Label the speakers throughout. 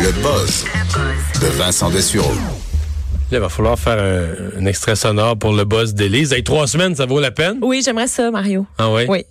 Speaker 1: Le buzz de Vincent Dessureau.
Speaker 2: Il va falloir faire un, un extrait sonore pour le buzz d'Élise. Hey, trois semaines, ça vaut la peine?
Speaker 3: Oui, j'aimerais ça, Mario.
Speaker 2: Ah oui?
Speaker 3: Oui.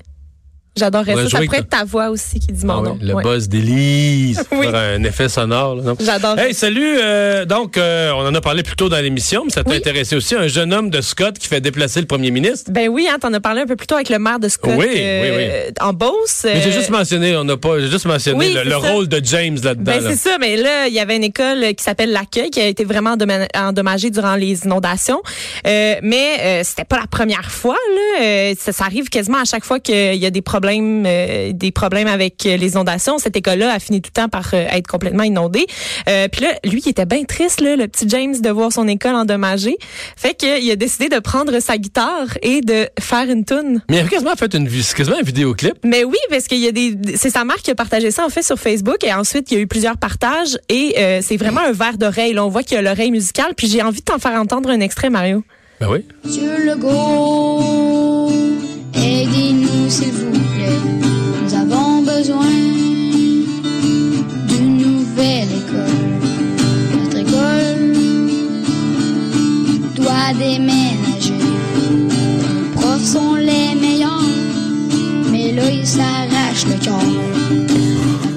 Speaker 3: J'adorerais
Speaker 2: Faudrait
Speaker 3: ça. Ça
Speaker 2: jouer
Speaker 3: pourrait
Speaker 2: que-
Speaker 3: être ta voix aussi qui dit
Speaker 2: Ah
Speaker 3: mon
Speaker 2: oui,
Speaker 3: nom.
Speaker 2: le
Speaker 3: Ouais.
Speaker 2: buzz d'Élise.
Speaker 3: Oui.
Speaker 2: Faire un effet sonore. là, non?
Speaker 3: J'adore.
Speaker 2: Hey, salut. euh, donc, euh, on en a parlé plus tôt dans l'émission, mais ça t'a
Speaker 3: Oui.
Speaker 2: intéressé aussi. Un jeune homme de Scott qui fait déplacer le premier ministre.
Speaker 3: Ben oui, hein, t'en as parlé un peu plus tôt avec le maire de Scott
Speaker 2: Oui,
Speaker 3: euh, en Beauce.
Speaker 2: Mais j'ai
Speaker 3: euh,
Speaker 2: juste mentionné, on n'a pas, j'ai juste mentionné
Speaker 3: oui,
Speaker 2: le,
Speaker 3: c'est
Speaker 2: le
Speaker 3: ça.
Speaker 2: rôle de James là-dedans.
Speaker 3: Ben
Speaker 2: là.
Speaker 3: c'est ça, mais là, il y avait une école qui s'appelle l'accueil qui a été vraiment endoma- endommagée durant les inondations. Euh, mais euh, c'était pas la première fois. Là. Euh, ça, ça arrive quasiment à chaque fois qu'il y a des problèmes, euh, des problèmes avec euh, les inondations. Cette école-là a fini tout le temps par euh, être complètement inondée. Euh, Puis là, lui, il était bien triste, là, le petit James, de voir son école endommagée. Fait qu'il a décidé de prendre sa guitare et de faire une tune.
Speaker 2: Mais il a quasiment fait une, vi- c'est quasiment un vidéoclip.
Speaker 3: Mais oui, parce qu'il y a des, c'est sa mère qui a partagé ça en fait sur Facebook et ensuite il y a eu plusieurs partages et euh, c'est vraiment un verre d'oreille. Là, on voit qu'il y a l'oreille musicale. Puis j'ai envie de t'en faire entendre un extrait, Mario.
Speaker 2: Ben oui.
Speaker 4: Monsieur Legault, aidez-nous s'il vous plaît. Nous avons besoin d'une nouvelle école. Notre école doit déménager. Nos profs sont les meilleurs, mais là ils s'arrachent le cœur.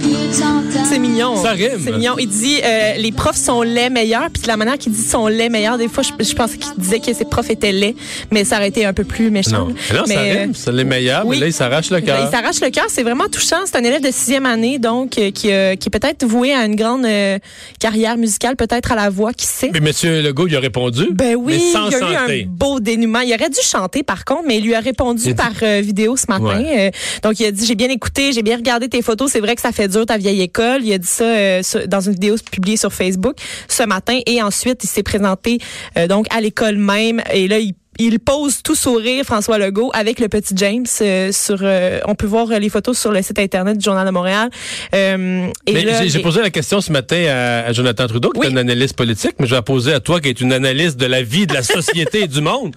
Speaker 4: Plus de cent ans.
Speaker 3: C'est mignon.
Speaker 2: Ça rime.
Speaker 3: C'est mignon. Il dit euh, les profs sont les meilleurs. Puis de la manière qu'il dit sont les meilleurs, des fois je, je pensais qu'il disait que ses profs étaient laids, mais ça aurait été un peu plus méchant.
Speaker 2: Non. Mais là,
Speaker 3: Mais,
Speaker 2: ça rime.
Speaker 3: euh,
Speaker 2: C'est les meilleurs.
Speaker 3: oui.
Speaker 2: Mais là, il s'arrache le
Speaker 3: Ben,
Speaker 2: cœur.
Speaker 3: il s'arrache le cœur, c'est vraiment touchant. C'est un élève de sixième année, donc euh, qui, euh, qui est peut-être voué à une grande euh, carrière musicale, peut-être à la voix, qui sait.
Speaker 2: Mais Monsieur Legault, il a répondu.
Speaker 3: Ben oui,
Speaker 2: mais sans
Speaker 3: il y a eu
Speaker 2: santé.
Speaker 3: un beau dénouement. Il aurait dû chanter par contre, mais il lui a répondu
Speaker 2: Il a dit-
Speaker 3: par euh, vidéo ce matin. Euh, donc il a dit j'ai bien écouté, j'ai bien regardé tes photos. C'est vrai que ça fait dur ta vieille école. Il a dit ça euh, sur- dans une vidéo publiée sur Facebook ce matin. Et ensuite il s'est présenté euh, donc à l'école même. Et là il il pose tout sourire François Legault avec le petit James euh, sur. euh, on peut voir euh, les photos sur le site internet du Journal de Montréal. Euh, et
Speaker 2: Mais
Speaker 3: là,
Speaker 2: j'ai- j'ai
Speaker 3: et-
Speaker 2: posé la question ce matin à, à Jonathan Trudeau, qui
Speaker 3: Oui.
Speaker 2: est un analyste politique, mais je vais la poser à toi, qui est une analyste de la vie, de la société et du monde.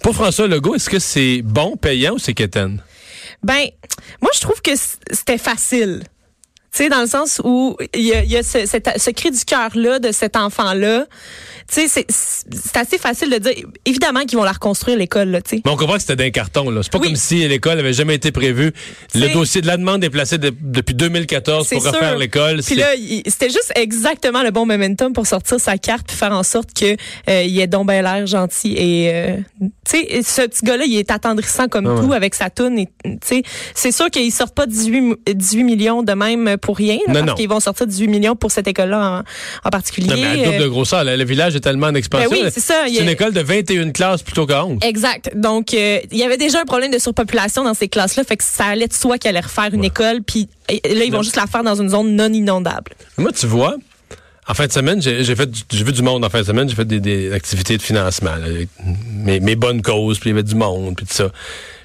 Speaker 2: Pour François Legault, est-ce que c'est bon, payant ou c'est quétaine?
Speaker 3: Ben, moi, je trouve que c- c'était facile. Tu sais, dans le sens où il y a, il y a ce, cet- ce cri du cœur-là de cet enfant-là. Tu sais, c'est- c'est assez facile de dire. Évidemment qu'ils vont la reconstruire, l'école, là, tu sais.
Speaker 2: Mais on comprend que c'était d'un carton, là. C'est pas
Speaker 3: Oui.
Speaker 2: comme si l'école avait jamais été prévue. Le
Speaker 3: C'est-
Speaker 2: dossier de la demande est placé de- depuis 2014
Speaker 3: C'est
Speaker 2: pour
Speaker 3: sûr.
Speaker 2: refaire l'école.
Speaker 3: Puis
Speaker 2: C'est-
Speaker 3: là, il- c'était juste exactement le bon momentum pour sortir sa carte puis faire en sorte que euh, il ait donc ben l'air gentil et euh, tu sais ce petit gars-là, il est attendrissant comme tout avec sa toune et tu sais c'est sûr qu'il sort pas 18, mou- 18 millions de même pour rien
Speaker 2: Non,
Speaker 3: là, parce
Speaker 2: non.
Speaker 3: qu'ils vont sortir 18 millions pour cette école-là en, en particulier. euh,
Speaker 2: Non, mais à double de grosseur. là. le village est tellement en expansion.
Speaker 3: Ben oui, c'est ça. Il y a-
Speaker 2: une école de 21 classes plutôt qu'à 11.
Speaker 3: Exact. Donc, euh, il y avait déjà un problème de surpopulation dans ces classes-là, fait que ça allait de soi qu'il allait refaire une école, puis et- et là, ils vont juste la faire dans une zone non inondable.
Speaker 2: Moi, tu vois, en fin de semaine, j'ai j'ai fait, du- j'ai vu du monde en fin de semaine, j'ai fait des, des activités de financement, là, avec mes, mes bonnes causes, puis il y avait du monde, puis tout ça.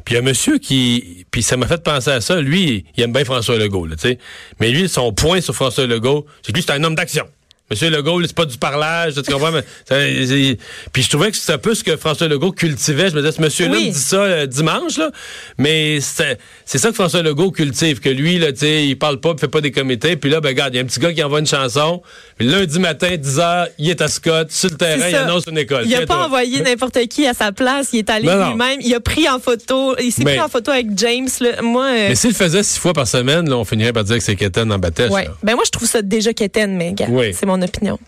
Speaker 2: Puis il y a un monsieur qui, puis ça m'a fait penser à ça. Lui, il aime bien François Legault, là, tu sais. Mais lui, son point sur François Legault, c'est que lui, c'est un homme d'action. Monsieur Legault, là, c'est pas du parlage, tu comprends? mais ça- c'est- puis je trouvais que c'est un peu ce que François Legault cultivait. Je me disais, ce monsieur-là
Speaker 3: Oui.
Speaker 2: me dit ça euh, dimanche, là. Mais c'est c'est ça que François Legault cultive, que lui, là, tu sais, il parle pas, il fait pas des comités. Puis là, ben, regarde, il y a un petit gars qui envoie une chanson. Puis lundi matin, 10 h il est à Scott, sur le terrain,
Speaker 3: C'est
Speaker 2: il
Speaker 3: ça.
Speaker 2: annonce une école.
Speaker 3: Il a
Speaker 2: Tiens-toi.
Speaker 3: pas envoyé n'importe qui à sa place. Il est allé
Speaker 2: Non, non.
Speaker 3: lui-même. Il a pris en photo. Il s'est
Speaker 2: Mais-
Speaker 3: pris en photo avec James. là. Moi, euh,
Speaker 2: Mais s'il le faisait six fois par semaine, là, on finirait par dire que c'est Kéten en baptême.
Speaker 3: ouais. ben moi, je trouve ça déjà quétaine, mais gars,
Speaker 2: Oui.
Speaker 3: c'est mon opinion.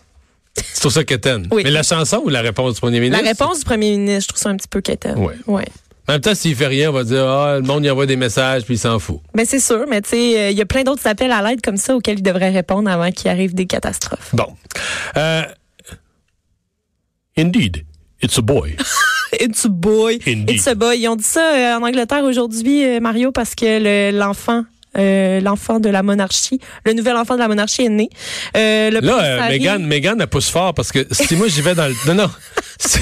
Speaker 2: C'est pour ça Kéten.
Speaker 3: Oui.
Speaker 2: Mais la chanson ou la réponse du premier
Speaker 3: La
Speaker 2: ministre?
Speaker 3: réponse du premier ministre, je trouve ça un petit peu quétaine.
Speaker 2: Ouais.
Speaker 3: ouais.
Speaker 2: En même temps, s'il fait rien, on va dire, ah, le monde y envoie des messages, puis il s'en fout.
Speaker 3: Ben c'est sûr, mais tu sais, euh, il y a plein d'autres appels à l'aide comme ça auxquels il devrait répondre avant qu'il arrive des catastrophes.
Speaker 2: Bon. Euh, Indeed, it's a boy.
Speaker 3: It's a boy.
Speaker 2: Indeed.
Speaker 3: It's a boy. Ils ont dit ça euh, en Angleterre aujourd'hui, euh, Mario, parce que le- l'enfant. euh, l'enfant de la monarchie, le nouvel enfant de la monarchie est né. Euh, le prince
Speaker 2: Là, euh,
Speaker 3: Harry-
Speaker 2: Mégane, Mégane, elle pousse fort parce que si moi j'y vais dans le. Non, non. Si,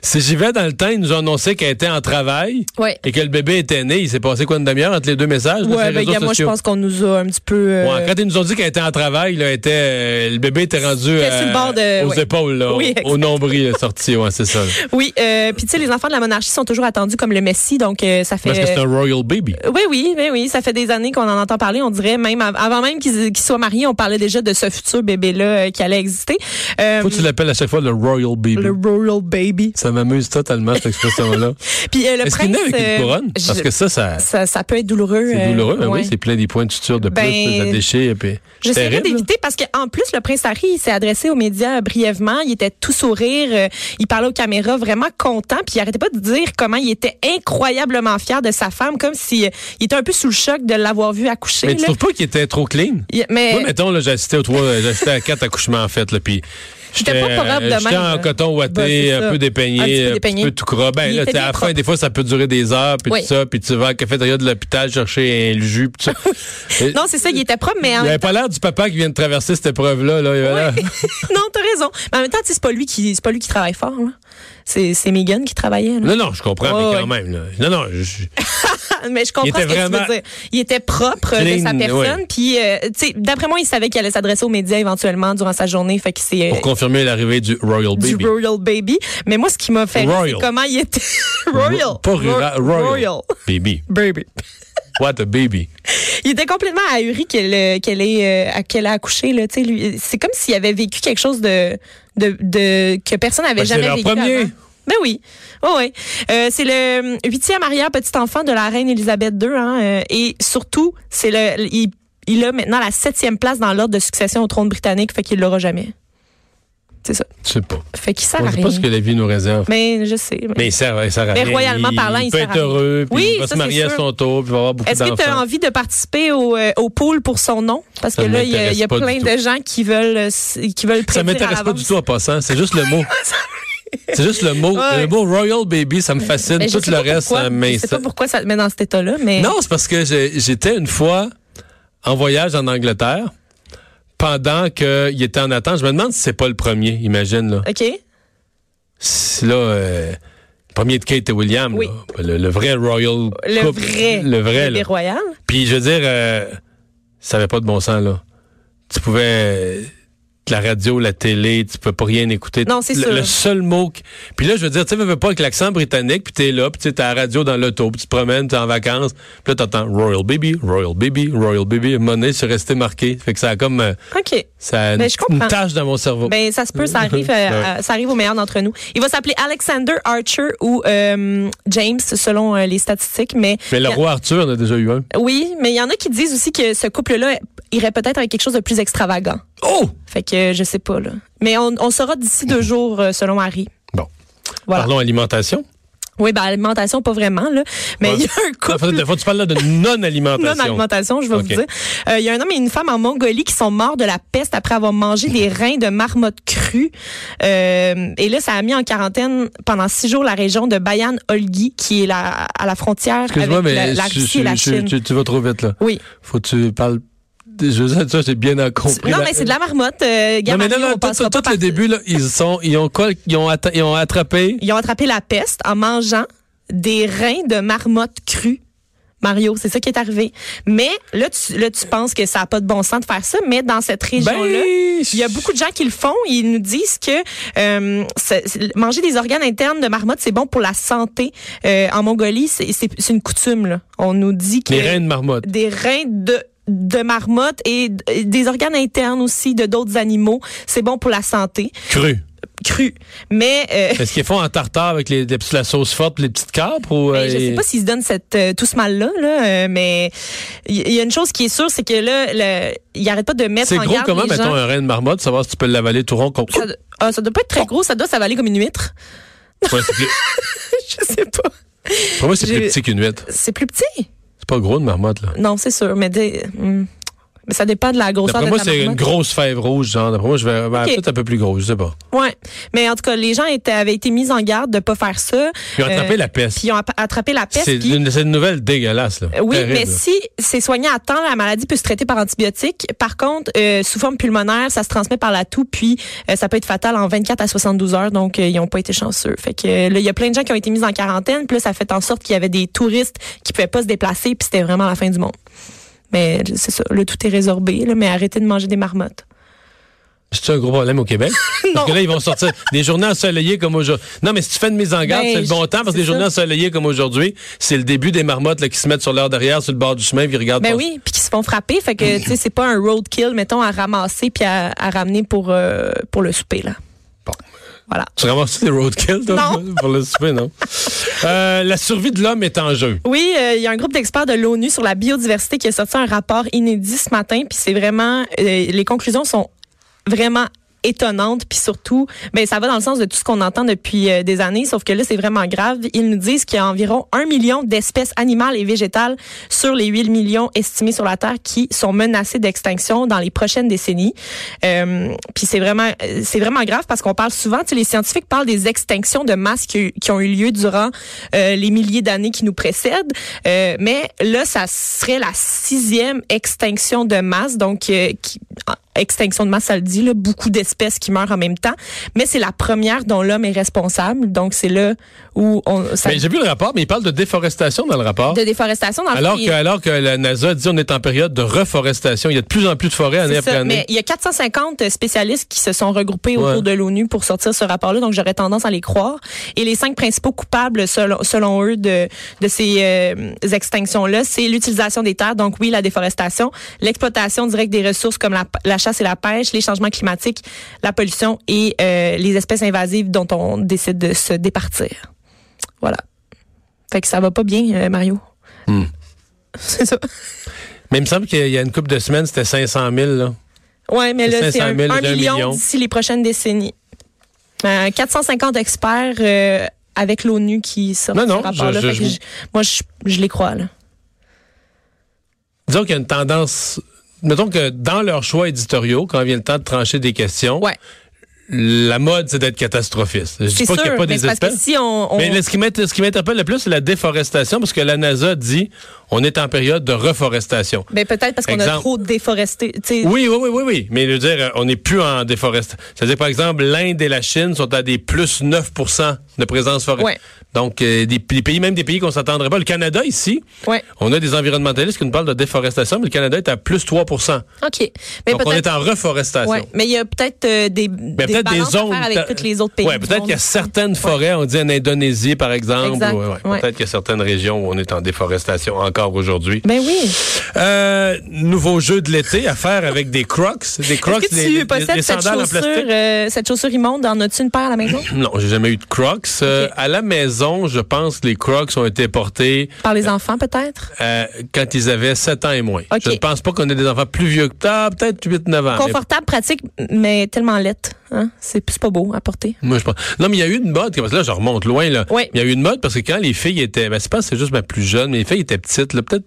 Speaker 2: si j'y vais dans le temps, ils nous ont annoncé qu'elle était en travail
Speaker 3: Ouais.
Speaker 2: et que le bébé était né. Il s'est passé quoi une demi-heure entre les deux messages? là, sur les
Speaker 3: Ouais, ben,
Speaker 2: réseaux
Speaker 3: gars, moi, je
Speaker 2: sociaux?
Speaker 3: pense qu'on nous a un petit peu. euh,
Speaker 2: Ouais, quand ils nous ont dit qu'elle était en travail, là, elle était, euh, le bébé était rendu euh,
Speaker 3: C'était sur le bord de-
Speaker 2: aux
Speaker 3: ouais.
Speaker 2: épaules, là,
Speaker 3: Oui,
Speaker 2: au au nombril là, sorti. Ouais, c'est ça. là.
Speaker 3: Oui, euh, puis tu sais, les enfants de la monarchie sont toujours attendus comme le Messie, donc euh, ça fait.
Speaker 2: Parce que c'est un royal baby.
Speaker 3: Oui, oui, oui, oui, ça fait des années qu'on en entend parler. On dirait même av- avant même qu'ils qu'ils soient mariés, on parlait déjà de ce futur bébé-là euh, qui allait exister. Euh,
Speaker 2: Faut que tu l'appelles à chaque fois le Royal Baby.
Speaker 3: le Royal Baby.
Speaker 2: Ça m'amuse totalement, cette expression-là.
Speaker 3: Puis euh, le
Speaker 2: Est-ce
Speaker 3: prince.
Speaker 2: qu'il est né avec
Speaker 3: euh,
Speaker 2: une couronne?
Speaker 3: je-
Speaker 2: Parce que ça, ça...
Speaker 3: ça, ça peut être douloureux.
Speaker 2: C'est
Speaker 3: euh,
Speaker 2: douloureux, mais
Speaker 3: ouais.
Speaker 2: oui, c'est plein des points de suture de
Speaker 3: Ben,
Speaker 2: plus, de déchets. et puis- C'est
Speaker 3: J'essaierai
Speaker 2: terrible, là.
Speaker 3: d'éviter parce qu'en plus, le prince Harry, il s'est adressé aux médias brièvement. Il était tout sourire. euh, il parlait aux caméras vraiment content. Puis il arrêtait pas de dire comment il était incroyablement fier de sa femme, comme si euh, il était un peu sous le choc de l'avoir vue accoucher.
Speaker 2: Mais tu
Speaker 3: là. Euh,
Speaker 2: trouves pas qu'il était trop clean?
Speaker 3: Il- mais-
Speaker 2: Moi, mettons, là, j'ai assisté aux trois, j'ai assisté à quatre accouchements, en fait, là, puis...
Speaker 3: J'étais pas propre de
Speaker 2: euh, J'étais
Speaker 3: même,
Speaker 2: en
Speaker 3: là.
Speaker 2: coton
Speaker 3: Ben,
Speaker 2: ouaté,
Speaker 3: c'est
Speaker 2: un
Speaker 3: ça.
Speaker 2: peu dépeigné,
Speaker 3: Un petit peu
Speaker 2: un
Speaker 3: dépeigné.
Speaker 2: petit peu tout croc. Ben,
Speaker 3: Il
Speaker 2: là,
Speaker 3: était
Speaker 2: t'sais, à la
Speaker 3: bien
Speaker 2: fin,
Speaker 3: propre.
Speaker 2: des fois, ça peut durer des heures, puis
Speaker 3: Oui.
Speaker 2: tout ça, puis tu vas à la cafétéria de l'hôpital chercher un jus, puis tout ça. Et-
Speaker 3: Non, c'est ça, il était propre, mais
Speaker 2: Il
Speaker 3: en
Speaker 2: avait
Speaker 3: même temps-
Speaker 2: pas l'air du papa qui vient de traverser cette épreuve-là. Là, voilà.
Speaker 3: non, t'as raison. Mais en même temps, tu sais, c'est pas lui qui, c'est pas lui qui travaille fort. là. C'est, c'est Megan qui travaillait. là.
Speaker 2: Non, non, je comprends, mais
Speaker 3: Ouais,
Speaker 2: quand même. là. Non, non, je-
Speaker 3: mais je comprends
Speaker 2: Il était
Speaker 3: ce que
Speaker 2: vraiment
Speaker 3: tu veux dire. Il était propre euh, de
Speaker 2: clean,
Speaker 3: sa personne.
Speaker 2: ouais.
Speaker 3: Puis, euh, tu sais, d'après moi, il savait qu'il allait s'adresser aux médias éventuellement durant sa journée. Fait qu'il s'est euh,
Speaker 2: pour confirmer l'arrivée du Royal
Speaker 3: du
Speaker 2: Baby.
Speaker 3: Royal Baby. Mais moi, ce qui m'a fait rire,
Speaker 2: Royal.
Speaker 3: c'est comment il était Royal.
Speaker 2: Pas
Speaker 3: Ro-
Speaker 2: rural, Royal. Baby.
Speaker 3: Baby.
Speaker 2: What a baby.
Speaker 3: Il était complètement ahuri qu'elle euh, qu'elle ait, euh, à- qu'elle a accouché là, tu sais, lui. c'est comme s'il avait vécu quelque chose de de, de- que personne n'avait
Speaker 2: Ben, c'est
Speaker 3: jamais
Speaker 2: leur
Speaker 3: vécu
Speaker 2: premier.
Speaker 3: avant. Ben oui, oh, oui. Euh, c'est le euh, huitième arrière petit enfant de la reine Élisabeth II, hein, euh, et surtout, c'est le il, il a maintenant la septième place dans l'ordre de succession au trône britannique, fait qu'il l'aura jamais. C'est ça.
Speaker 2: Je sais pas.
Speaker 3: Fait qu'il sert
Speaker 2: On
Speaker 3: à
Speaker 2: ne sait
Speaker 3: rien.
Speaker 2: pas ce que la vie nous réserve.
Speaker 3: Mais je sais. mais-
Speaker 2: Mais il sert, il sert à
Speaker 3: Mais
Speaker 2: rien.
Speaker 3: royalement
Speaker 2: il,
Speaker 3: parlant, il
Speaker 2: peut
Speaker 3: sert à
Speaker 2: être
Speaker 3: rien.
Speaker 2: heureux, puis
Speaker 3: Oui,
Speaker 2: il va
Speaker 3: ça,
Speaker 2: se
Speaker 3: c'est
Speaker 2: marier à
Speaker 3: sûr.
Speaker 2: son tour, puis il va avoir beaucoup
Speaker 3: Est-ce que tu as
Speaker 2: d'enfants.
Speaker 3: envie de participer au, euh, au pool pour son nom? Parce
Speaker 2: Ça
Speaker 3: que là, il y a,
Speaker 2: m'intéresse
Speaker 3: il y a
Speaker 2: pas du
Speaker 3: plein
Speaker 2: tout.
Speaker 3: de gens qui veulent, euh, s- qui veulent
Speaker 2: Ça
Speaker 3: prédire à
Speaker 2: m'intéresse pas
Speaker 3: l'avance.
Speaker 2: du tout en passant. C'est juste le mot. C'est juste le mot.
Speaker 3: Ouais.
Speaker 2: Le mot Royal Baby, ça me fascine.
Speaker 3: Mais je
Speaker 2: Tout
Speaker 3: sais
Speaker 2: le
Speaker 3: pas
Speaker 2: reste,
Speaker 3: pourquoi.
Speaker 2: ça m'in-
Speaker 3: Je sais pas pourquoi ça te met dans cet état-là, mais.
Speaker 2: Non, c'est parce que j'ai- j'étais une fois en voyage en Angleterre pendant qu'il était en attente. Je me demande si c'est pas le premier, imagine. Là,
Speaker 3: OK?
Speaker 2: Si, là euh, le premier de Kate et William,
Speaker 3: Oui.
Speaker 2: là, le, le vrai Royal
Speaker 3: Le
Speaker 2: couple,
Speaker 3: vrai.
Speaker 2: Le vrai, là.
Speaker 3: bébé royal.
Speaker 2: Puis je veux dire, euh, ça avait pas de bon sens, là. Tu pouvais... euh, la radio, la télé, tu peux pas rien écouter.
Speaker 3: Non, c'est
Speaker 2: le,
Speaker 3: sûr.
Speaker 2: Le seul mot... qui- Puis là, je veux dire, tu sais, veux, veux pas avec l'accent britannique, puis t'es là, puis tu sais, t'as la radio dans l'auto, puis tu te promènes, t'es en vacances, puis là, t'entends Royal Baby, Royal Baby, Royal Baby. Monnaie, c'est resté marqué. Fait que ça a comme... euh,
Speaker 3: OK.
Speaker 2: ça a une,
Speaker 3: Ben, je comprends.
Speaker 2: une tache dans mon cerveau.
Speaker 3: Ben, ça se peut, ça arrive, euh,
Speaker 2: Ouais.
Speaker 3: euh, ça arrive au meilleur d'entre nous. Il va s'appeler Alexander Archer ou euh, James, selon euh, les statistiques, mais.
Speaker 2: mais le roi Arthur en a déjà eu un.
Speaker 3: Oui, mais il y en a qui disent aussi que ce couple-là irait peut-être avec quelque chose de plus extravagant.
Speaker 2: Oh!
Speaker 3: Fait que euh, je sais pas, là. Mais on, on saura d'ici deux jours, euh, selon Harry.
Speaker 2: Bon.
Speaker 3: Voilà.
Speaker 2: Parlons alimentation.
Speaker 3: Oui, ben, alimentation, pas vraiment, là. Mais il y a un couple.
Speaker 2: Faut, faut que tu parles là de non-alimentation.
Speaker 3: Non-alimentation, je vais
Speaker 2: Ok.
Speaker 3: vous dire. Euh, Il y a un homme et une femme en Mongolie qui sont morts de la peste après avoir mangé des reins de marmotte crue. Euh, et là, ça a mis en quarantaine pendant six jours la région de Bayan-Olgi, qui est la, à la frontière
Speaker 2: Excuse-moi, mais
Speaker 3: avec la, la
Speaker 2: je-
Speaker 3: Russie et la
Speaker 2: je-
Speaker 3: Chine.
Speaker 2: tu, tu vas trop vite, là.
Speaker 3: Oui.
Speaker 2: Faut que tu parles. Je sais, ça, j'ai bien compris.
Speaker 3: Non,
Speaker 2: la-
Speaker 3: mais c'est de la marmotte. Euh,
Speaker 2: Non, mais
Speaker 3: Gamario,
Speaker 2: non, non,
Speaker 3: on
Speaker 2: tout,
Speaker 3: passera
Speaker 2: tout-
Speaker 3: pas
Speaker 2: tout
Speaker 3: par-
Speaker 2: le début, là, ils, sont, ils, ont col- ils, ont atta- ils ont attrapé.
Speaker 3: Ils ont attrapé la peste en mangeant des reins de marmotte crue. Mario, c'est ça qui est arrivé. Mais là, tu, là, tu penses que ça n'a pas de bon sens de faire ça, mais dans cette
Speaker 2: Ben,
Speaker 3: région-là, il y a beaucoup de gens qui le font. Ils nous disent que euh, c'est- c'est- manger des organes internes de marmotte, c'est bon pour la santé. Euh, en Mongolie, c'est c'est- c'est une coutume. Là. On nous dit que
Speaker 2: Les reines marmottes.
Speaker 3: des reins de de marmotte et d- et des organes internes aussi de d'autres animaux, c'est bon pour la santé.
Speaker 2: Crues.
Speaker 3: Cru. Mais euh,
Speaker 2: Est-ce qu'ils font en tartare avec les, les petits- la sauce forte et les petites carpes? Ou,
Speaker 3: Ben, je sais
Speaker 2: euh,
Speaker 3: pas s'ils se donnent cette, euh, tout ce mal-là, là, euh, mais il y, y a une chose qui est sûre, c'est que là, le- ils n'arrêtent pas de mettre
Speaker 2: C'est
Speaker 3: en
Speaker 2: gros
Speaker 3: garde
Speaker 2: comment,
Speaker 3: les
Speaker 2: mettons,
Speaker 3: gens.
Speaker 2: un reine marmotte, savoir si tu peux l'avaler tout rond comme.
Speaker 3: Ça, do- ah, ça doit pas être très gros, ça doit s'avaler comme une huître.
Speaker 2: Ouais, c'est plus-
Speaker 3: je sais pas.
Speaker 2: Pour moi, c'est plus
Speaker 3: J'ai-
Speaker 2: petit qu'une huître.
Speaker 3: C'est plus petit?
Speaker 2: C'est pas gros une marmotte, là.
Speaker 3: Non, c'est sûr, mais, des- hum. mais ça dépend de la grosseur
Speaker 2: D'après
Speaker 3: de
Speaker 2: moi,
Speaker 3: ta
Speaker 2: c'est une
Speaker 3: marmotte.
Speaker 2: grosse fève rouge, genre. D'après moi, je vais. ben,
Speaker 3: Ok.
Speaker 2: Peut-être un peu plus grosse, je sais pas.
Speaker 3: Ouais. Mais en tout cas, les gens étaient, avaient été mis en garde de pas faire ça.
Speaker 2: Ils ont attrapé
Speaker 3: Euh,
Speaker 2: la peste.
Speaker 3: Puis ils ont app- attrapé la peste.
Speaker 2: C'est
Speaker 3: puis-
Speaker 2: une, c'est une nouvelle dégueulasse. Là.
Speaker 3: Oui,
Speaker 2: Terrible.
Speaker 3: mais si c'est soigné à temps, la maladie peut se traiter par antibiotiques. Par contre, euh, sous forme pulmonaire, ça se transmet par la toux, puis euh, ça peut être fatal en 24 à 72 heures. Donc, euh, ils n'ont pas été chanceux. Fait que euh, là, il y a plein de gens qui ont été mis en quarantaine. Puis là, ça fait en sorte qu'il y avait des touristes qui pouvaient pas se déplacer, puis c'était vraiment la fin du monde. Mais c'est ça, le tout est résorbé. là, mais arrêtez de manger des marmottes.
Speaker 2: C'est un gros problème au Québec. Parce que là, ils vont sortir des journées ensoleillées comme aujourd'hui. Non, mais si tu fais une mise en garde,
Speaker 3: Ben,
Speaker 2: c'est le bon
Speaker 3: je-
Speaker 2: temps parce que
Speaker 3: c'est
Speaker 2: des journées
Speaker 3: ça.
Speaker 2: ensoleillées comme aujourd'hui, c'est le début des marmottes là, qui se mettent sur leur derrière, sur le bord du chemin, puis ils regardent.
Speaker 3: Ben
Speaker 2: passer.
Speaker 3: oui, puis qui se font frapper. Fait que, tu sais, c'est pas un roadkill, mettons, à ramasser puis à, à ramener pour, euh, pour le souper, là.
Speaker 2: Bon.
Speaker 3: Voilà.
Speaker 2: Tu ramasses des roadkills, toi,
Speaker 3: Non.
Speaker 2: pour le souper, non? Euh, la survie de l'homme est en jeu.
Speaker 3: Oui, euh, il y a un groupe d'experts de l'ONU sur la biodiversité qui a sorti un rapport inédit ce matin, puis c'est vraiment euh, les conclusions sont vraiment étonnantes, puis surtout, ben ça va dans le sens de tout ce qu'on entend depuis euh, des années, sauf que là c'est vraiment grave. Ils nous disent qu'il y a environ un million d'espèces animales et végétales sur les 8 millions estimés sur la Terre qui sont menacées d'extinction dans les prochaines décennies. Euh, puis c'est vraiment euh, c'est vraiment grave parce qu'on parle souvent, tu sais, les scientifiques parlent des extinctions de masse qui, qui ont eu lieu durant euh, les milliers d'années qui nous précèdent. Euh, mais là, ça serait la sixième extinction de masse. Donc, euh, qui- ah, extinction de masse, ça le dit, là, beaucoup d'espèces qui meurent en même temps. Mais c'est la première dont l'homme est responsable. Donc, c'est là où on, ça,
Speaker 2: Mais Ben, j'ai vu le rapport, mais il parle de déforestation dans le rapport.
Speaker 3: de déforestation. Dans le
Speaker 2: Alors
Speaker 3: fond, il-
Speaker 2: que, alors que la NASA dit on est en période de reforestation. Il y a de plus en plus de forêts année
Speaker 3: C'est
Speaker 2: après
Speaker 3: ça,
Speaker 2: année.
Speaker 3: mais il y a 450 spécialistes qui se sont regroupés
Speaker 2: Ouais.
Speaker 3: autour de l'ONU pour sortir ce rapport-là, donc j'aurais tendance à les croire. Et les cinq principaux coupables, selon, selon eux, de, de ces euh, extinctions-là, c'est l'utilisation des terres, donc oui, la déforestation, l'exploitation directe des ressources comme la, la chasse et la pêche, les changements climatiques, la pollution et euh, les espèces invasives dont on décide de se départir. Voilà. Fait que ça va pas bien, euh, Mario.
Speaker 2: Hmm.
Speaker 3: C'est ça.
Speaker 2: Mais il me semble qu'il y a une couple de semaines, c'était 500 000. Là.
Speaker 3: Oui, mais là, c'est
Speaker 2: 500
Speaker 3: un,
Speaker 2: 000,
Speaker 3: un
Speaker 2: d'un million.
Speaker 3: million d'ici les prochaines décennies. Euh, 450 experts euh, avec l'ONU qui sortent
Speaker 2: Non, non,
Speaker 3: ce
Speaker 2: je-
Speaker 3: rapport-là. Fait
Speaker 2: je-
Speaker 3: que
Speaker 2: je-
Speaker 3: je- moi, je, je les crois. Là.
Speaker 2: Disons qu'il y a une tendance. Mettons que dans leurs choix éditoriaux, quand vient le temps de trancher des questions,
Speaker 3: Ouais.
Speaker 2: la mode, c'est d'être catastrophiste. Je
Speaker 3: C'est
Speaker 2: dis pas
Speaker 3: sûr,
Speaker 2: qu'il n'y a pas
Speaker 3: mais
Speaker 2: des
Speaker 3: c'est parce que
Speaker 2: espèces.
Speaker 3: si on... on-
Speaker 2: Mais là, ce qui m'int- ce qui m'interpelle le plus, c'est la déforestation, parce que la NASA dit on est en période de reforestation.
Speaker 3: ben, peut-être parce qu'on a
Speaker 2: Exemple.
Speaker 3: trop déforesté. tu sais.
Speaker 2: Oui, oui, oui, oui, oui. Mais je veux dire, euh, on n'est plus en déforestation. C'est-à-dire, par exemple, l'Inde et la Chine sont à des plus 9 de présence forestière.
Speaker 3: Ouais.
Speaker 2: Donc, euh, des, les pays, même des pays qu'on s'attendrait pas. Le Canada, ici,
Speaker 3: Ouais.
Speaker 2: on a des environnementalistes qui nous parlent de déforestation, mais le Canada est à plus 3
Speaker 3: OK. Mais
Speaker 2: Donc, on est
Speaker 3: peut-être...
Speaker 2: en reforestation.
Speaker 3: ouais. Mais il y a peut-être euh, des,
Speaker 2: Mais
Speaker 3: des
Speaker 2: peut-être des
Speaker 3: balances
Speaker 2: zones.
Speaker 3: à faire avec tous les autres pays.
Speaker 2: Ouais,
Speaker 3: du
Speaker 2: peut-être
Speaker 3: monde
Speaker 2: qu'il y a
Speaker 3: aussi.
Speaker 2: certaines forêts, on dit en Indonésie, par exemple.
Speaker 3: Exact,
Speaker 2: Ouais, ouais.
Speaker 3: ouais.
Speaker 2: Peut-être qu'il y a certaines régions où on est en déforestation encore aujourd'hui.
Speaker 3: Ben oui.
Speaker 2: Euh, nouveau jeu de l'été à faire avec des crocs. Des crocs,
Speaker 3: Est-ce que
Speaker 2: les-
Speaker 3: tu
Speaker 2: les-
Speaker 3: possèdes
Speaker 2: les
Speaker 3: cette,
Speaker 2: sandales en
Speaker 3: chaussure,
Speaker 2: plastique.
Speaker 3: euh, cette chaussure immonde? En as-tu une paire à la maison?
Speaker 2: Non, j'ai jamais eu de Crocs. Euh,
Speaker 3: Ok.
Speaker 2: à la maison, je pense que les Crocs ont été portés
Speaker 3: Par les enfants, peut-être?
Speaker 2: euh, quand ils avaient 7 ans et moins.
Speaker 3: Ok.
Speaker 2: Je ne pense pas qu'on ait des enfants plus vieux que ça, peut-être 8-9 ans. Mais
Speaker 3: Confortable, pratique, mais tellement lette. Hein? C'est c'est pas beau à porter.
Speaker 2: moi, je pense. Non, mais il y a eu une mode, parce que là, je remonte loin. Là.
Speaker 3: Ouais.
Speaker 2: Il y a eu une mode parce que quand les filles étaient, ben, je pense que c'est juste ma plus jeune, mais les filles étaient petites, là, peut-être,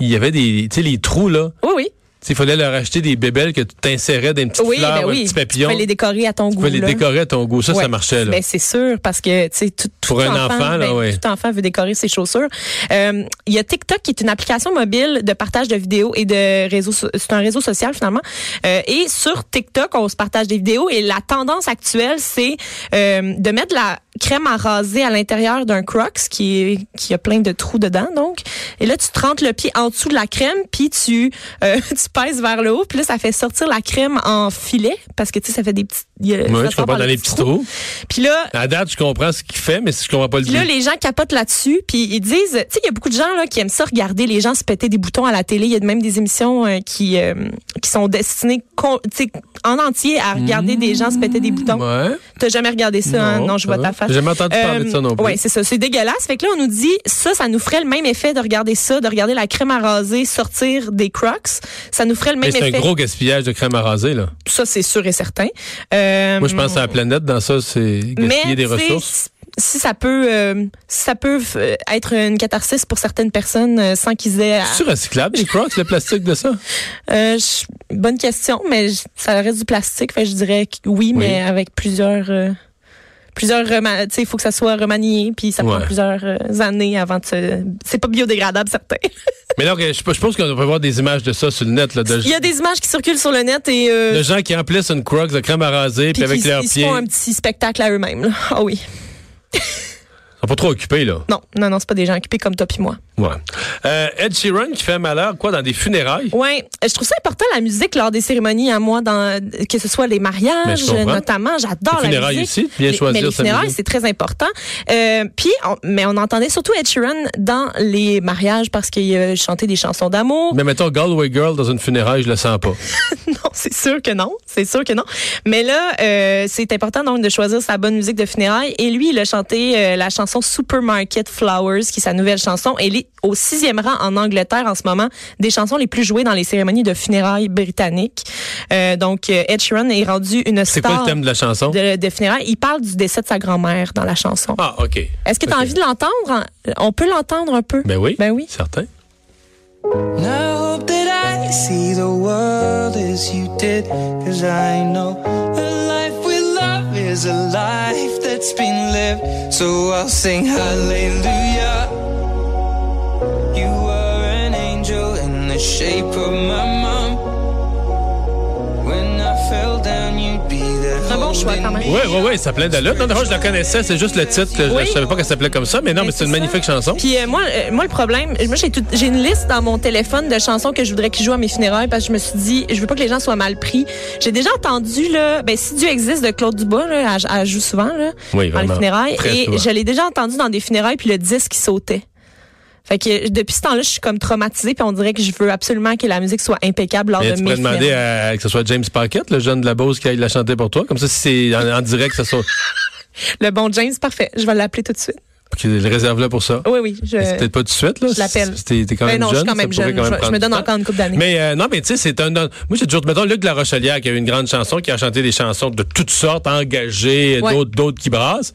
Speaker 2: il y avait des, tu sais, les trous, là.
Speaker 3: Oui, oui.
Speaker 2: Tu sais, Il fallait leur acheter des bébelles que tu t'insérais dans une petite
Speaker 3: Oui,
Speaker 2: fleur,
Speaker 3: ben
Speaker 2: ou un
Speaker 3: oui.
Speaker 2: petit papillon.
Speaker 3: Tu peux les décorer à ton
Speaker 2: Tu
Speaker 3: goût.
Speaker 2: pouvais les
Speaker 3: là.
Speaker 2: décorer à ton goût. Ça,
Speaker 3: Ouais.
Speaker 2: ça marchait, là.
Speaker 3: Ben, c'est sûr, parce que tu sais, tout, tout
Speaker 2: Pour un enfant, là,
Speaker 3: ben,
Speaker 2: ouais.
Speaker 3: tout enfant veut décorer ses chaussures. Euh, Il y a TikTok qui est une application mobile de partage de vidéos et de réseaux. so- C'est un réseau social finalement. Euh, et sur TikTok, on se partage des vidéos et la tendance actuelle, c'est euh, de mettre de la crème à raser à l'intérieur d'un Crocs qui est- qui a plein de trous dedans donc et là tu te rentres le pied en dessous de la crème puis tu euh, tu pèses vers le haut puis là ça fait sortir la crème en filet parce que tu sais ça fait des petits il y a-
Speaker 2: Ouais,
Speaker 3: ça
Speaker 2: je
Speaker 3: sort
Speaker 2: comprends
Speaker 3: par
Speaker 2: dans
Speaker 3: le
Speaker 2: les
Speaker 3: petit
Speaker 2: petits
Speaker 3: trou.
Speaker 2: trous.
Speaker 3: Puis là,
Speaker 2: À date, je comprends ce qu'il fait, mais je comprends pas le
Speaker 3: puis là,
Speaker 2: but.
Speaker 3: les gens capotent là-dessus, puis ils disent, tu sais, il y a beaucoup de gens là qui aiment ça regarder les gens se péter des boutons à la télé. Il y a même des émissions euh, qui euh, qui sont destinées con- tu sais, en entier à regarder des gens se péter des boutons.
Speaker 2: Ouais.
Speaker 3: T'as jamais regardé ça hein? Non, je vois
Speaker 2: Mmh. ça
Speaker 3: ta
Speaker 2: va.
Speaker 3: face.
Speaker 2: J'ai jamais entendu parler de ça non plus.
Speaker 3: Oui, c'est ça. C'est dégueulasse. Fait que là, on nous dit, ça, ça nous ferait le même effet de regarder ça, de regarder la crème à raser sortir des crocs. Ça nous ferait le
Speaker 2: Mais
Speaker 3: même
Speaker 2: c'est un
Speaker 3: effet.
Speaker 2: gros gaspillage de crème à raser, là.
Speaker 3: Ça, c'est sûr et certain. Euh,
Speaker 2: Moi, je pense à la planète. Dans ça, c'est gaspiller
Speaker 3: mais
Speaker 2: des
Speaker 3: tu sais,
Speaker 2: ressources.
Speaker 3: Si ça peut, euh, si ça peut euh, être une catharsis pour certaines personnes euh, sans qu'ils aient. à-
Speaker 2: C'est recyclable, les crocs, le plastique de ça?
Speaker 3: Euh, je- bonne question, mais je- ça reste du plastique. Fait, que je dirais que oui, mais avec plusieurs. euh, Plusieurs rema- tu sais, il faut que ça soit remanié, puis ça
Speaker 2: Ouais.
Speaker 3: prend plusieurs euh, années avant de. se- C'est pas biodégradable, certain.
Speaker 2: Mais là, je je pense qu'on peut voir des images de ça sur le net, là, de,
Speaker 3: Il y a des images qui circulent sur le net et euh,
Speaker 2: de gens qui emplissent une crocs de crème à raser, puis
Speaker 3: puis
Speaker 2: avec
Speaker 3: qui,
Speaker 2: leurs
Speaker 3: ils se
Speaker 2: pieds.
Speaker 3: font un petit spectacle à eux-mêmes. là. Ah oui,
Speaker 2: Ils sont pas trop occupés, là.
Speaker 3: non, non, non, c'est pas des gens occupés comme toi puis moi.
Speaker 2: Ouais. Euh, Ed Sheeran qui fait malheur, quoi, dans des funérailles?
Speaker 3: Oui, je trouve ça important la musique lors des cérémonies à moi, dans, que ce soit les
Speaker 2: Mais
Speaker 3: mariages
Speaker 2: je comprends.
Speaker 3: notamment. J'adore
Speaker 2: Les
Speaker 3: la
Speaker 2: funérailles
Speaker 3: musique.
Speaker 2: aussi, bien
Speaker 3: Les-
Speaker 2: choisir
Speaker 3: mais les
Speaker 2: sa
Speaker 3: funérailles,
Speaker 2: musique.
Speaker 3: c'est très important. Euh, Puis, on- mais on entendait surtout Ed Sheeran dans les mariages parce qu'il euh, chantait des chansons d'amour.
Speaker 2: Mais mettons Galway Girl dans une funéraille, je le sens pas.
Speaker 3: non, c'est sûr que non, c'est sûr que non. Mais là, euh, c'est important donc de choisir sa bonne musique de funérailles. Et lui, il a chanté euh, la chanson Supermarket Flowers, qui est sa nouvelle chanson. Elle est au sixième rang en Angleterre en ce moment des chansons les plus jouées dans les cérémonies de funérailles britanniques. Euh, donc euh, Ed Sheeran est rendu une
Speaker 2: C'est quoi
Speaker 3: star
Speaker 2: le thème de la chanson?
Speaker 3: de, de funérailles. Il parle du décès de sa grand-mère dans la chanson.
Speaker 2: Ah, OK.
Speaker 3: Est-ce que tu as
Speaker 2: Ok.
Speaker 3: envie de l'entendre? On peut l'entendre un peu.
Speaker 2: Ben oui.
Speaker 3: Ben oui.
Speaker 2: Certain.
Speaker 5: And I hope that I see the world as you did. Cause I know a life with love is a life that's been lived. So I'll sing hallelujah. You were an angel in the shape of my mom. When I fell down, you'd be there.
Speaker 3: Un bon choix, quand même.
Speaker 2: Oui, oui, oui, ça plaît de là. Non, non, je la connaissais, c'est juste le titre. que
Speaker 3: Oui. Ben,
Speaker 2: Je savais pas qu'elle s'appelait comme ça, mais non, mais c'est une
Speaker 3: ça.
Speaker 2: magnifique chanson.
Speaker 3: Puis euh, moi, euh, moi le problème, moi j'ai tout- j'ai une liste dans mon téléphone de chansons que je voudrais qu'ils jouent à mes funérailles parce que je me suis dit, je veux pas que les gens soient mal pris. J'ai déjà entendu là, ben si Dieu existe de Claude Dubois là, elle, elle joue souvent là,
Speaker 2: Oui,
Speaker 3: dans les
Speaker 2: vraiment.
Speaker 3: funérailles
Speaker 2: Très
Speaker 3: et
Speaker 2: souvent.
Speaker 3: je l'ai déjà entendu dans des funérailles puis le disque qui sautait. Fait que euh, depuis ce temps-là, je suis comme traumatisée puis on dirait que je veux absolument que la musique soit impeccable lors
Speaker 2: Mais
Speaker 3: de
Speaker 2: tu
Speaker 3: mes
Speaker 2: pourrais demander
Speaker 3: funérailles.
Speaker 2: à, que ce soit James Pocket, le jeune de la Beauce, qui aille la chanter pour toi. Comme ça, si c'est en, en direct, ça soit.
Speaker 3: Le bon James, parfait, je vais l'appeler tout de suite.
Speaker 2: Qu'il le réserve là pour ça.
Speaker 3: Oui oui, je
Speaker 2: C'est peut-être pas tout de suite, là.
Speaker 3: je l'appelle.
Speaker 2: Si T'es t'es quand
Speaker 3: Ben
Speaker 2: même
Speaker 3: non, je
Speaker 2: jeune.
Speaker 3: suis
Speaker 2: ça
Speaker 3: quand même
Speaker 2: pourrait
Speaker 3: jeune. Je- je
Speaker 2: prendre
Speaker 3: me
Speaker 2: du
Speaker 3: donne
Speaker 2: temps.
Speaker 3: encore une couple d'années.
Speaker 2: Mais euh, non, mais tu sais, c'est un. Moi, j'ai toujours. Mettons, Luc La Rochelière, qui a eu une grande chanson, qui a chanté des chansons de toutes sortes, engagées,
Speaker 3: Ouais.
Speaker 2: d'autres, d'autres qui brassent.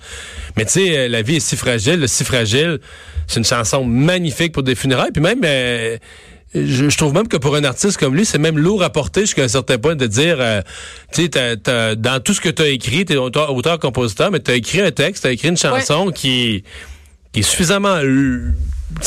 Speaker 2: Mais tu sais, euh, la vie est si fragile, le si fragile. C'est une chanson magnifique pour des funérailles. Puis même. euh, je, je trouve même que pour un artiste comme lui, c'est même lourd à porter jusqu'à un certain point de dire, euh, tu sais, t'as- t'as- dans tout ce que tu as écrit, tu es auteur, auteur, compositeur, mais tu as écrit un texte, tu as écrit une chanson qui, qui est suffisamment euh,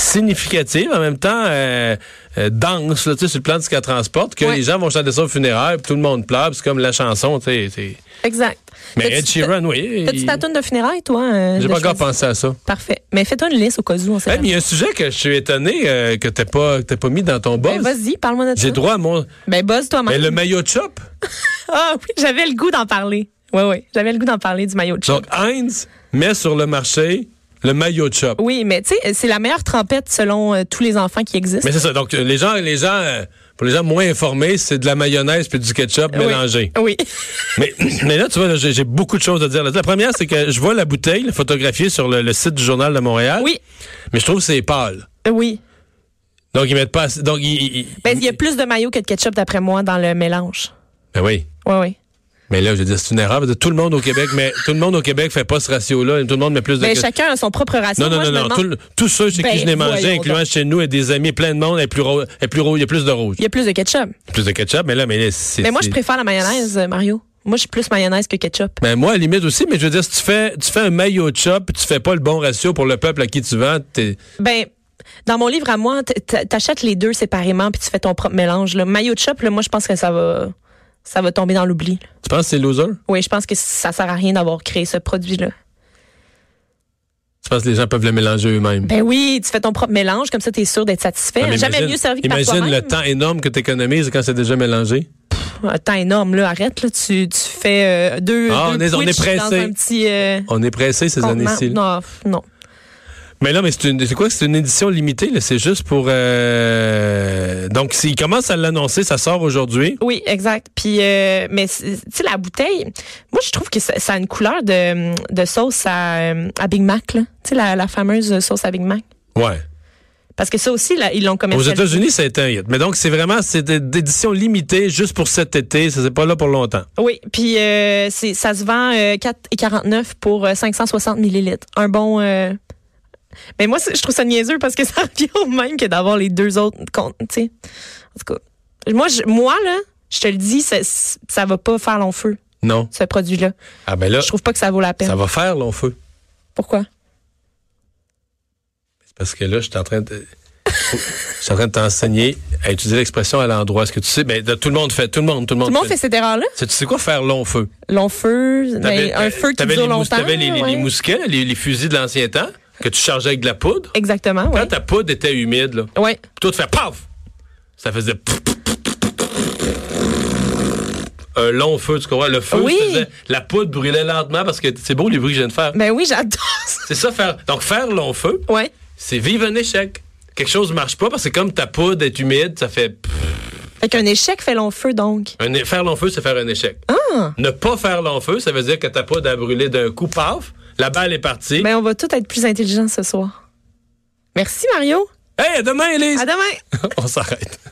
Speaker 2: significative, en même temps euh, euh, dense, là, tu sais, sur le plan de ce qu'elle transporte, que
Speaker 3: Ouais.
Speaker 2: les gens vont chanter ça au funéraire, puis tout le monde pleure, puis c'est comme la chanson, tu sais. c'est-
Speaker 3: Exact.
Speaker 2: Mais
Speaker 3: T'as-tu-
Speaker 2: Ed Sheeran, oui.
Speaker 3: T'as-tu
Speaker 2: il-
Speaker 3: ta tune de funérailles, toi? euh,
Speaker 2: J'ai
Speaker 3: de
Speaker 2: pas encore
Speaker 3: choisir?
Speaker 2: pensé à ça.
Speaker 3: Parfait. Mais fais-toi une liste au cas où, on
Speaker 2: Eh,
Speaker 3: sait jamais.
Speaker 2: mais il y a un sujet que je suis étonné euh, que t'as pas, que t'as pas mis dans ton boss.
Speaker 3: Ben, vas-y, parle-moi de ça.
Speaker 2: J'ai droit à mon.
Speaker 3: Ben, buzz toi-même.
Speaker 2: Ben, le maillot de chop.
Speaker 3: Ah oui, j'avais le goût d'en parler. Oui, oui, j'avais le goût d'en parler du maillot de chip.
Speaker 2: Donc, Heinz met sur le marché le maillot de chop.
Speaker 3: Oui, mais tu sais, c'est la meilleure trompette selon euh, tous les enfants qui existent.
Speaker 2: Mais c'est ça. Donc, euh, les gens, les gens, euh, pour les gens moins informés, c'est de la mayonnaise puis du ketchup
Speaker 3: Oui.
Speaker 2: mélangé.
Speaker 3: Oui.
Speaker 2: Mais, mais là, tu vois, là, j'ai j'ai beaucoup de choses à dire. là-dessus. La première, c'est que je vois la bouteille photographiée sur le, le site du Journal de Montréal.
Speaker 3: Oui.
Speaker 2: Mais je trouve que c'est pâle.
Speaker 3: Oui.
Speaker 2: Donc, ils mettent pas assez- Donc, ils. ils-
Speaker 3: Ben, il y a plus de maillot que de ketchup, d'après moi, dans le mélange.
Speaker 2: Ben oui.
Speaker 3: Oui, oui.
Speaker 2: Mais là, je veux dire, c'est une erreur. parce que Tout le monde au Québec, mais tout le monde au Québec fait pas ce ratio-là. Tout le monde met plus de
Speaker 3: Ben,
Speaker 2: ketchup.
Speaker 3: chacun a son propre ratio.
Speaker 2: Non, non,
Speaker 3: Moi, je
Speaker 2: non, non.
Speaker 3: me demande-
Speaker 2: Tout le- Tous ceux chez
Speaker 3: Ben,
Speaker 2: qui je l'ai mangé,
Speaker 3: voyons
Speaker 2: incluant
Speaker 3: donc.
Speaker 2: chez nous, et des amis, plein de monde, et plus ro- et plus ro- il y a plus de rouge.
Speaker 3: Il y a plus de ketchup.
Speaker 2: Plus de ketchup, mais là, mais là, c'est.
Speaker 3: Mais Ben, moi,
Speaker 2: c'est-
Speaker 3: je préfère la mayonnaise, euh, Mario. Moi, je suis plus mayonnaise que ketchup.
Speaker 2: Ben moi, à la limite aussi, mais je veux dire, si tu fais, tu fais un maillot de chop, tu fais pas le bon ratio pour le peuple à qui tu vends, t'es.
Speaker 3: Ben, dans mon livre à moi, t- t- t'achètes les deux séparément puis tu fais ton propre mélange. Le maillot de chop, là, moi, je pense que ça va, ça va tomber dans l'oubli. là.
Speaker 2: Tu penses que c'est loser?
Speaker 3: Oui, je pense que ça sert à rien d'avoir créé ce produit-là.
Speaker 2: Tu penses que les gens peuvent le mélanger eux-mêmes?
Speaker 3: Ben oui, tu fais ton propre mélange, comme ça, t'es sûr d'être satisfait.
Speaker 2: Non, mais
Speaker 3: Jamais
Speaker 2: imagine-
Speaker 3: mieux servi que par
Speaker 2: Imagine
Speaker 3: toi-même.
Speaker 2: le temps énorme que tu économises quand c'est déjà mélangé.
Speaker 3: Un temps énorme, là. Arrête, là. Tu, tu fais euh, deux,
Speaker 2: Ah,
Speaker 3: deux
Speaker 2: on est- on est
Speaker 3: Twitch
Speaker 2: pressé.
Speaker 3: dans un petit... euh,
Speaker 2: On est pressé ces
Speaker 3: contenant.
Speaker 2: années-ci. là.
Speaker 3: non, pff, non.
Speaker 2: Mais là, mais c'est une- c'est quoi? C'est une édition limitée, là. C'est juste pour. euh, Donc, s'ils commencent à l'annoncer, ça sort aujourd'hui.
Speaker 3: Oui, exact. Puis, euh, mais c'est- tu sais, la bouteille, moi, je trouve que ça, ça a une couleur de, de sauce à, euh, à Big Mac, là. Tu sais, la, la fameuse sauce à Big Mac.
Speaker 2: Ouais.
Speaker 3: Parce que ça aussi, là, ils l'ont
Speaker 2: Aux
Speaker 3: commercialisé.
Speaker 2: États-Unis, ça a été un hit. Mais donc, c'est vraiment, c'est d- d'édition limitée juste pour cet été. Ça, c'est pas là pour longtemps.
Speaker 3: Oui, puis euh, c'est- ça se vend euh, 4,49 pour euh, 560 millilitres. Un bon... euh, Mais moi, c'est- je trouve ça niaiseux parce que ça revient au même que d'avoir les deux autres comptes, tu sais. En tout cas, moi, je, moi là, je te le dis, ça, ça va pas faire long feu,
Speaker 2: Non.
Speaker 3: ce produit-là.
Speaker 2: Ah, ben là,
Speaker 3: Je trouve pas que ça vaut la peine.
Speaker 2: ça va faire long feu.
Speaker 3: Pourquoi?
Speaker 2: C'est Parce que là, je suis en train de. Je suis en train de t'enseigner à utiliser l'expression à l'endroit. Est-ce que tu sais? Ben, là, tout le monde fait, tout le monde, tout le monde
Speaker 3: Tout le monde fait cette erreur-là.
Speaker 2: C'est- Tu sais quoi faire long feu?
Speaker 3: Long feu, mais Ben, un feu qui
Speaker 2: t'avais
Speaker 3: dure
Speaker 2: les mous-
Speaker 3: longtemps.
Speaker 2: T'avais les, les-
Speaker 3: ouais.
Speaker 2: les mousquets, les, les fusils de l'ancien temps. que tu chargeais avec de la poudre.
Speaker 3: Exactement,
Speaker 2: Quand
Speaker 3: oui.
Speaker 2: ta poudre était humide, là,
Speaker 3: Ouais.
Speaker 2: tout fait paf! Ça faisait pff, pff, pff, pff, pff, pff. un long feu, tu comprends? Le feu,
Speaker 3: Oui.
Speaker 2: se faisait- la poudre brûlait lentement parce que c'est beau les bruits que je viens de faire.
Speaker 3: Ben oui, j'adore ça.
Speaker 2: C'est ça, faire. Donc, faire long feu,
Speaker 3: Ouais.
Speaker 2: c'est vivre un échec. Quelque chose marche pas parce que comme ta poudre est humide, ça fait. pff.
Speaker 3: Fait qu'un échec fait long feu, donc.
Speaker 2: Un é- faire long feu, c'est faire un échec. Ne pas faire long feu, ça veut dire que ta poudre a brûlé d'un coup, paf, la balle est partie.
Speaker 3: Ben, on va tous être plus intelligents ce soir. Merci, Mario.
Speaker 2: Hey, à demain, Elise!
Speaker 3: À demain.
Speaker 2: On s'arrête.